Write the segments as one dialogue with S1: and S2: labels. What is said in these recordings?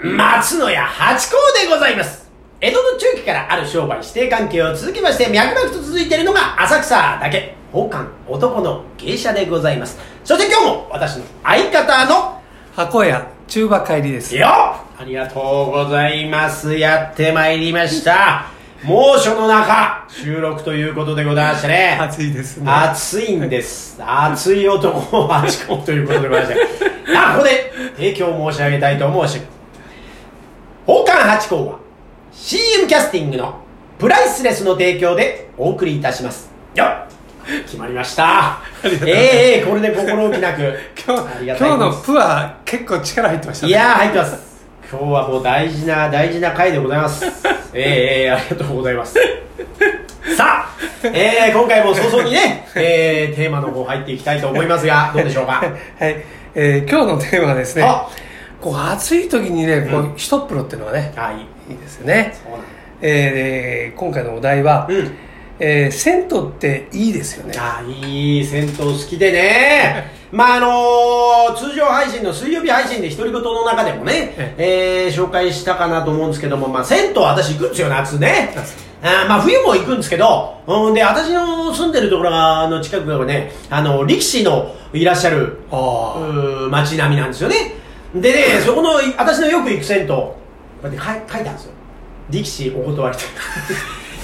S1: 松野屋八甲でございます江戸の中期からある商売指定関係を続きまして脈々と続いているのが浅草だけ宝冠男の芸者でございますそして今日も私の相方の
S2: 箱屋中馬帰りです
S1: よありがとうございますやってまいりました猛暑の中収録ということでございましてね
S2: 暑いですね
S1: 暑いんです。暑い男を待ち込むということでございま して。さあ、ここで提供申し上げたいと思うし、宝冠八甲は CM キャスティングのプライスレスの提供でお送りいたします。よっ決まりました。
S2: りがとうございます
S1: ええこれで心置きなく。
S2: 今
S1: あ
S2: 日
S1: り
S2: 今
S1: が
S2: 日
S1: たい
S2: の
S1: です
S2: プは結構力入ってました
S1: い
S2: ね
S1: やー、入ってます。今日はもう大事な、大事な回でございます。えー、えー、ありがとうございます。さあ、えー、今回も早々にね、えー、テーマの方入っていきたいと思いますが、どうでしょうか。
S2: はい、えー今日のテーマはですね
S1: あ
S2: こう暑い時にねこ
S1: う
S2: う一風呂っていうのはね
S1: はい。
S2: いいですよね
S1: そうなんだ
S2: えー今回のお題は、
S1: うん。
S2: えー銭湯っていいですよね
S1: あーいい銭湯好きでね。 まああのー通常配信の水曜日配信で独り言の中でもね、えー紹介したかなと思うんですけども、まあ、銭湯私行くんですよ、夏ね。あーまあ、冬も行くんですけど、うん、で、私の住んでるところがの近くがね、あの、力士のいらっしゃる、う
S2: あ
S1: ー街並みなんですよね。で ね、そこの、い私のよく行く銭湯、こうやって書い書いたんですよ。力士お断り と。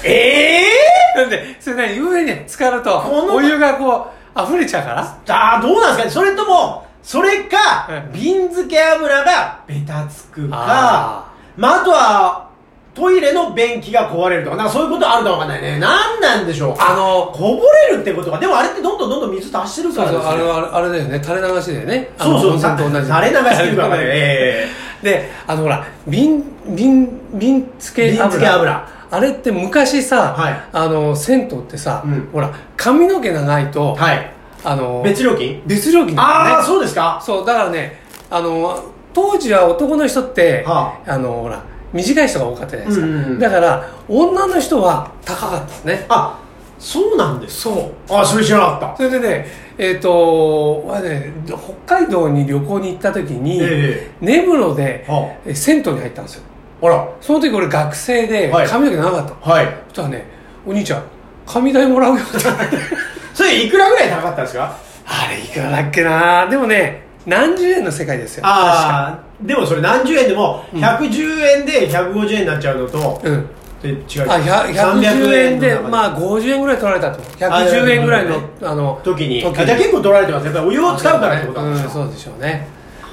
S1: ええー
S2: あなんでそれね湯船に浸かると
S1: この
S2: お湯がこう溢れちゃうから
S1: ああ、どうなんですかねそれとも、それか
S2: う、ん
S1: 瓶漬け油がベタつくか
S2: あ、
S1: まあ、あとは、トイレの便器が壊れるとか、なんかそういうことあるかわかんないね。なんなんでしょう。
S2: あの
S1: こぼれるってことか。でもあれってどんどんどんどん水足してるか
S2: そう
S1: ら
S2: そう
S1: です
S2: あれ
S1: ね。
S2: はあれあれだよね垂れ流しだよねあ
S1: そ
S2: の
S1: うそう、
S2: 温泉と同じ
S1: さ垂れ流してる からね。え
S2: であのほら瓶瓶瓶付け
S1: 瓶
S2: 油
S1: 付け油
S2: あれって昔さ、
S1: はい
S2: あの銭湯ってさ、
S1: うん
S2: ほら髪の毛長いと、
S1: えはい。
S2: あの
S1: 別料金
S2: 別料金なんだ
S1: あ
S2: よ
S1: あ、
S2: ね
S1: そうですか
S2: そうだからねあの当時は男の人って、
S1: は
S2: あ、のほら短い人が多かったじゃないですか、
S1: うんうんうん
S2: だから女の人は高かったですね
S1: あ、そうなんです。
S2: そう
S1: ああ、それ知らなかった。
S2: それでねえっ、と、まあね、北海道に旅行に行った時に、
S1: え
S2: 根室で、
S1: は
S2: え銭湯に入ったんですよ
S1: あら。
S2: その時俺学生で
S1: はい
S2: 髪の毛長かった、
S1: はい。
S2: そしたらねお兄ちゃん髪代もらうよって
S1: それいくらぐらい高かったんですか
S2: あれいくらだっけなでもね何十円の世界ですよ
S1: ああでもそれ何十円でも110円で150円になっちゃうのと、
S2: 確かうん
S1: で違う
S2: あ100 110円で
S1: あ
S2: まあ50円ぐらい取られたと
S1: あ
S2: 110円ぐらいの
S1: なる
S2: あの
S1: 時にあじゃあ結構取られてますねやっぱりお湯を使うからってことなん
S2: う
S1: です
S2: ん
S1: か、
S2: そうでしょうね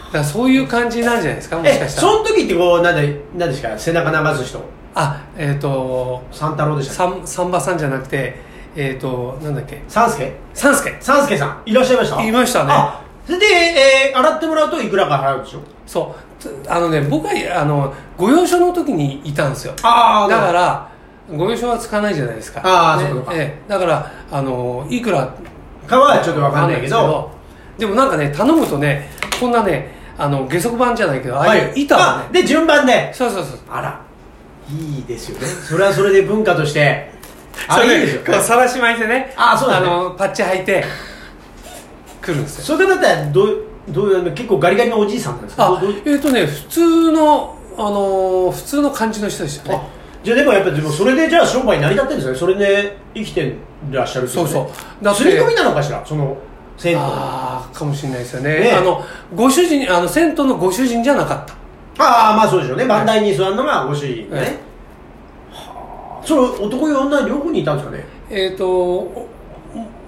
S2: だからそういう感じなんじゃないですかもし
S1: え
S2: かしたら
S1: その時ってこうなんでなんですか背中流す人
S2: あえっ、と
S1: 三太郎でしたっけ
S2: 三三馬さんじゃなくてえっ、となんだっけ
S1: 三助
S2: 三助
S1: 三助さんいらっしゃいました
S2: いましたね
S1: あそれで、えー洗ってもらうといくらか払うんでしょ
S2: そうつあのね僕はあのご養所の時にいたんですよ
S1: あ
S2: だかららご養所はつかないじゃないですか
S1: あー
S2: ね
S1: そういうことか
S2: ええだからあのいくら
S1: かはちょっとわかんないけ
S2: わ
S1: ど
S2: ですけどでもなんかね頼むとねこんなねあの下足版じゃないけどああいう板を
S1: あ
S2: ね
S1: で順番で
S2: そうそうそう
S1: あらいいですよねそれはそれで文化として あ
S2: そ
S1: いい
S2: れ
S1: ですよ
S2: こうさらし巻いてね
S1: あそうだね
S2: のパッチ履いて来るんですよ
S1: それだったらどうどういう結構ガリガリのおじいさんなんですか
S2: あ
S1: どうどう
S2: えっ、とね普通のあのー普通の感じの人でした
S1: あ
S2: ね
S1: じゃあでもやっぱでもそれでじゃあ商売成り立ってるんですねそれで生きてらっしゃるってことね
S2: そうそうだって
S1: 刷り込みなのかしらその銭湯あ
S2: ああかもしれないですよね
S1: ねえ
S2: あのご主人あの銭湯のご主人じゃなかった
S1: あまあそうでしょうね番台に座るのがご主人ね、
S2: え
S1: はあその男湯女湯両方にいたんですかね
S2: えっ、とお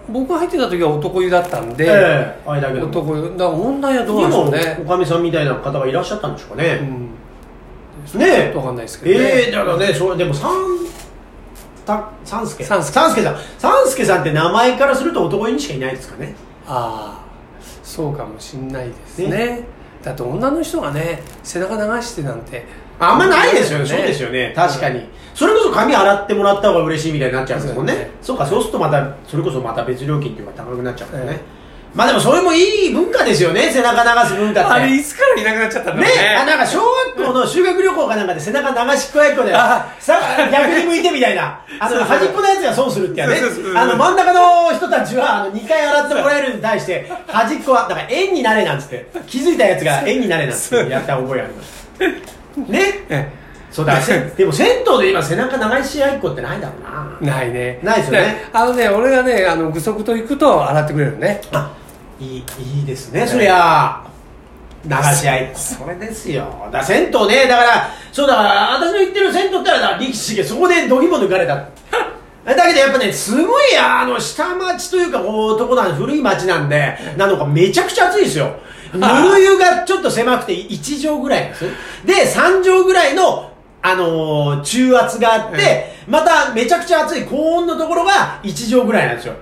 S2: 僕が入ってた時は男湯だったんで、
S1: ええあれだけども
S2: 男湯だから女湯はどうなんでしょう
S1: でも
S2: ね
S1: おかみさんみたいな方がいらっしゃったんでしょうか
S2: う
S1: ね、
S2: ん
S1: ねえ
S2: わかんないですけどね、
S1: ええだからね、そうでも三た三助
S2: 三助
S1: 三助さん三助さんって名前からすると男湯にしかいないですかね。
S2: ああそうかもしんないですね
S1: ね
S2: だって女の人がね背中流してなんて
S1: あんまないですよね。そうですよね。確かに、それこそ髪洗ってもらった方が嬉しいみたいになっちゃうんですもんね。
S2: そ
S1: そう
S2: うですね
S1: そうか、そうするとまたそれこそまた別料金っていうか高くなっちゃうんだよね。
S2: え
S1: まあでもそれもいい文化ですよね。背中流す文化って。
S2: あれいつからいなくなっちゃったんだ
S1: ね
S2: ろうね
S1: あなんか小学校の修学旅行かなんかで背中流し加えっこで
S2: あ
S1: さ逆に向いてみたいなあの
S2: そうそう
S1: 端っこのやつが損するってやね
S2: そうそうそう
S1: あの真ん中の人たちはあの2回洗ってもらえるに対して端っこはだから円になれなんつって気づいたやつが円になれなんつってやった覚えありますね
S2: え
S1: そうだせ でも銭湯で今背中長い試合っ子ってないだろうな
S2: えないね
S1: ないですよね
S2: あのね俺がねあの具足と行くと洗ってくれるね
S1: あいいいいですねそりゃ流し合いそれですよだから銭湯ねだからそうだ私の言ってる銭湯ってのはだから力士がそこでどぎも抜かれた だけどやっぱねすごいあの下町というかこうとこなん古い町なんでなのかめちゃくちゃ暑いですよぬる湯がちょっと狭くて1畳ぐらいなんですで3畳ぐらいのあのー中圧があって、まためちゃくちゃ暑い高温のところが1畳ぐらいなんですよ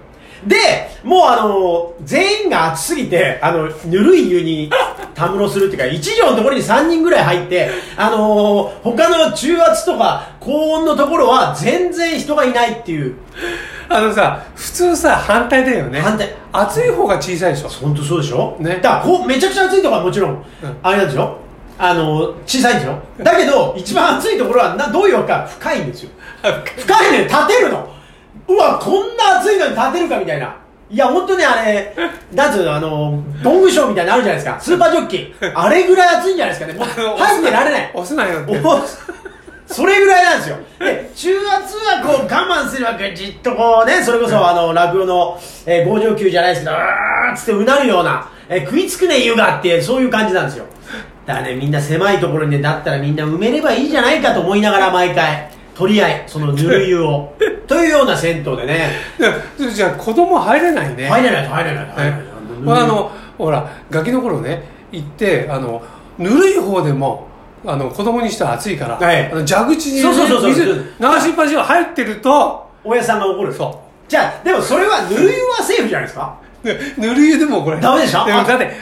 S1: でもうあのー全員が暑すぎてあのぬるい湯にたむろするっていうか1畳のところに3人ぐらい入ってあのー他の中圧とか高温のところは全然人がいないっていう
S2: あのさ普通さ反対だよね
S1: 反対
S2: 熱い方が小さいでしょ
S1: 本当そうでしょ、
S2: ね
S1: だからこうめちゃくちゃ暑いところはもちろん、あれなんですよあの小さいんですよだけど一番暑いところはなどういうわけか深いんですよ深いね立てるのうわこんな暑いのに立てるかみたいないや本当ねあれなんつうのあ のドングショーみたいなのあるじゃないですかスーパージョッキ ーあれぐらい暑いんじゃないですかねもう入ってられない
S2: 押すなよって
S1: お それぐらいなんですよで中圧はこう我慢するわけじっとこうねそれこそあの落語のえー五条級じゃないですけどうーっつってうなるような、えー食いつくね湯がってそういう感じなんですよだからねみんな狭いところにねだったらみんな埋めればいいじゃないかと思いながら毎回取り合いそのぬる湯 をというような銭湯でね
S2: でじゃあ子供入れないね
S1: 入れない入れない入れない
S2: ね俺あのほらガキの頃ね行ってあのぬるい方でもあの子供にしては暑いから、
S1: はい
S2: あの蛇口にね
S1: そうそうそうそう
S2: 水流しっぱなしが入ってると
S1: 親さんが怒る
S2: そ
S1: じゃあでもそれはぬる湯はセーフじゃないですか
S2: ねぬる湯でもこれ
S1: ダメでしょ
S2: もだって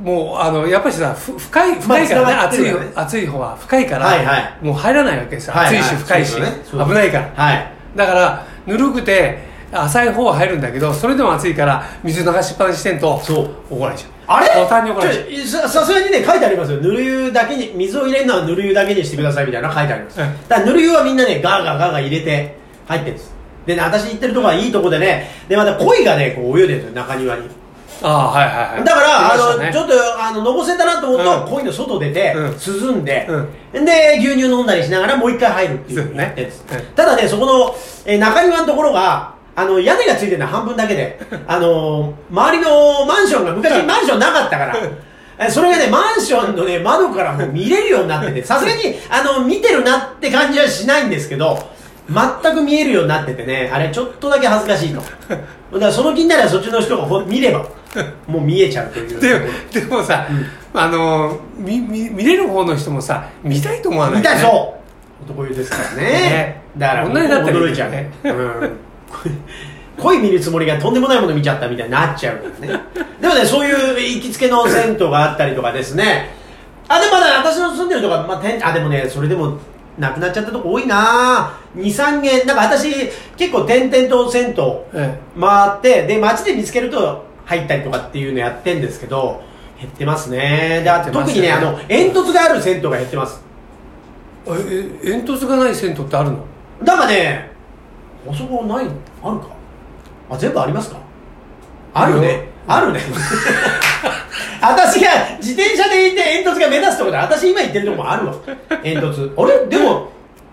S2: もうあのやっぱりさふ深い深いからね、
S1: まあ
S2: 暑い
S1: 伝わってるよね
S2: 暑い方は深いから、
S1: はいはい
S2: もう入らないわけですよ、
S1: はいはい
S2: 暑いし深いし、
S1: そうですよねそうです
S2: 危ないから
S1: はい
S2: だからぬるくて浅い方は入るんだけどそれでも暑いから水流しっぱなししてんと
S1: そう
S2: 怒られちゃう
S1: あれ
S2: ボタンに怒られちゃう
S1: ちょささすがにね書いてありますよぬる湯だけに水を入れるのはぬる湯だけにしてくださいみたいなの書いてあります、
S2: うん
S1: だからぬる湯はみんなねガーガーガーガー入れて入ってるんですでね私行ってるとこはいいとこでねでまた鯉がねこう泳いでるんですよ中庭に
S2: ああはいはいはい
S1: だから、あの
S2: 見ましたね
S1: ちょっとあののぼせたなと思うと、
S2: うん
S1: 鯉の外出て、
S2: う
S1: 涼んで、で牛乳飲んだりしながらもう一回入るっていう
S2: そう
S1: ね
S2: ねうん
S1: ただねそこの、えー中庭のところがあの屋根がついてるのは半分だけであの周りのマンションが昔マンションなかったからえーそれがねマンションの、ね、窓からもう見れるようになっててさすがにあの見てるなって感じはしないんですけど全く見えるようになっててねあれちょっとだけ恥ずかしいとだからその気になればそっちの人がほ見ればもう見えちゃうという
S2: ででもさ、あのみみ見れる方の人もさ見たいと思わない
S1: 見
S2: よね、
S1: たいそう男湯ですからね
S2: ね
S1: だからもう
S2: 女になったら
S1: 驚いちゃうね、うん、恋 見るつもりがとんでもないもの見ちゃったみたいになっちゃうからねでもねそういう行きつけの銭湯があったりとかですねあでもまだ私の住んでるとか、まあ、てんあでもねそれでもなくなっちゃったとこ多いな23軒なんか私結構転々と銭湯
S2: え
S1: 回ってで街で見つけると入ったりとかっていうのやってんですけど減ってますねであと
S2: 減ってま
S1: 特
S2: す
S1: に
S2: よね
S1: ねあの煙突がある銭湯が減ってます
S2: えええ煙突がない銭湯ってあるの
S1: なんかねあそこないあるかあ全部ありますかある
S2: いや
S1: ねあるね私が自転車で行って煙突が目立つとこで私今行ってるとこもあるわ煙突あれでも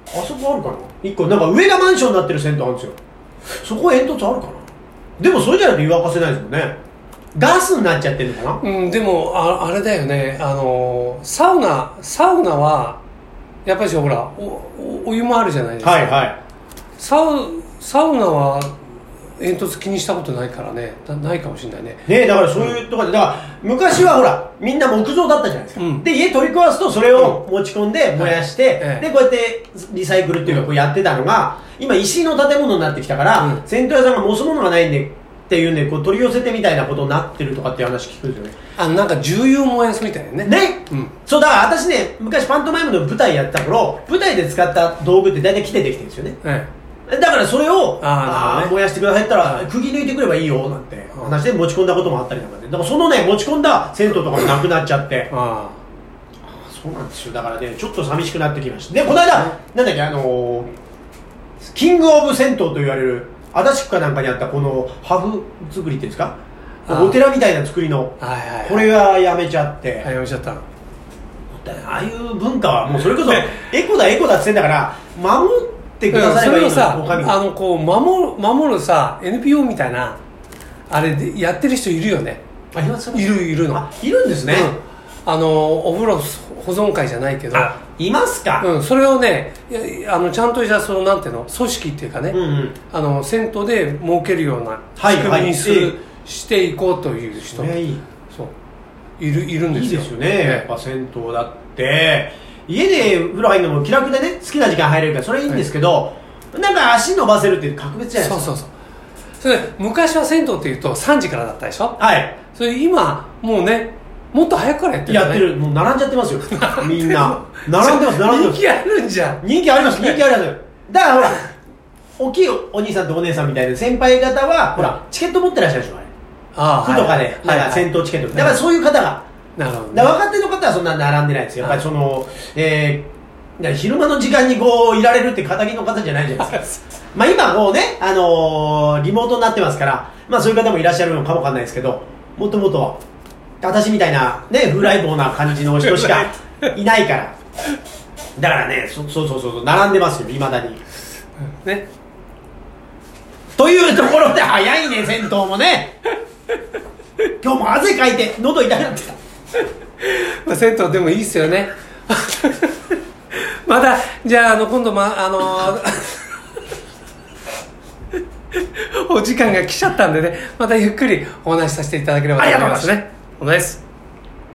S1: あそこあるかな一個なんか上がマンションになってる銭湯あるんですよそこ煙突あるかなでもそれじゃないと湯沸かせないですもんねガスになっちゃってるのかな
S2: うんでもああれだよねあのサウナサウナはやっぱりほらおおお湯もあるじゃないですか、
S1: はいはい
S2: サウサウナは煙突気にしたことないからねなないかもしれないね
S1: ねだからそういうとこで、だから昔はほらみんな木造だったじゃないですか、
S2: うん
S1: で家取り壊すとそれを持ち込んで燃やして、
S2: ええ
S1: でこうやってリサイクルっていうかこうやってたのが今石の建物になってきたから、
S2: うん
S1: 銭湯屋さんが持つものがないんでっていうんでこう取り寄せてみたいなことになってるとかっていう話聞くんですよね
S2: あなんか重油燃やすみたいなね
S1: ね、
S2: うん
S1: そうだから私ね昔パントマイムの舞台やってた頃舞台で使った道具って大体木でできてるんですよね
S2: え
S1: だからそれを
S2: あーなるほどね
S1: ー燃やしてくださいって言ったら釘抜いてくればいいよなんて話で持ち込んだこともあったりとかでだからそのね持ち込んだ銭湯とかもなくなっちゃって
S2: えあ
S1: そうなんですよだからねちょっと寂しくなってきましたでこの間なんだっけあのーキングオブ銭湯と言われる足立区かなんかにあったこのハフ作りっていうんですか
S2: あー
S1: お寺みたいな作りの
S2: あはいはい
S1: これがやめちゃって、
S2: はいやめちゃったの
S1: ったよああいう文化はもうそれこそエコだエコだって言ってんだから守ってくだされ
S2: そ
S1: ばいい
S2: れ
S1: の
S2: を
S1: に
S2: さ
S1: お上
S2: あのこう守る守るさ NPO みたいなあれでやってる人いるよね
S1: あいます
S2: いるいるの
S1: あいるんですね、
S2: うんあのお風呂保存会じゃないけど
S1: あいますか、
S2: うん、それをねいやいやあのちゃんとしたそのなんていうの組織っていうかね、
S1: うんうん
S2: あの銭湯で儲けるような
S1: はい
S2: 仕組みにす
S1: はい
S2: る、
S1: え
S2: していこうという
S1: そ
S2: 人、
S1: れいい
S2: そういるいるんで
S1: いい
S2: すよ
S1: ですよねやっぱ銭湯だって家で風呂入るのも気楽でね好きな時間入れるからそれいいんですけど、なんか足伸ばせるって格別じゃないで
S2: そう
S1: すか
S2: そうそうそれで昔は銭湯っていうと3時からだったでしょ
S1: はい
S2: それ今もうねもっと早くからやってるよね
S1: やってるもう並んじゃって ますよみんな並んでます並んでま
S2: 人
S1: す
S2: 気あるんじゃん
S1: 人気あります人気ありますだからほら大きいお兄さんとお姉さんみたいな先輩方はほらチケット持ってらっしゃるでしょあれ
S2: あ
S1: 区とかで、
S2: はい
S1: なんか戦闘チケット、
S2: はい
S1: だからそういう方が、
S2: なるほど、
S1: だから若手の方はそんな並んでないですよ、やっぱりその、えーだから昼間の時間にこういられるって仇の方じゃないじゃないですかまあ今こうね、あのーリモートになってますから、まあそういう方もいらっしゃるのかもわかんないですけど、もともと、私みたいなね、フライボーな感じの人し かいないから。だからね、そそうそうそうそう、並んでますよ、未だに。
S2: ね
S1: というところで早いね、戦闘もね。今日も汗かいて、喉痛くなってきた。
S2: まあ、銭湯でもいいっすよね またじゃああの今度まあの お時間が来ちゃったんでねまたゆっくりお話しさせていただければと思いますねお願いします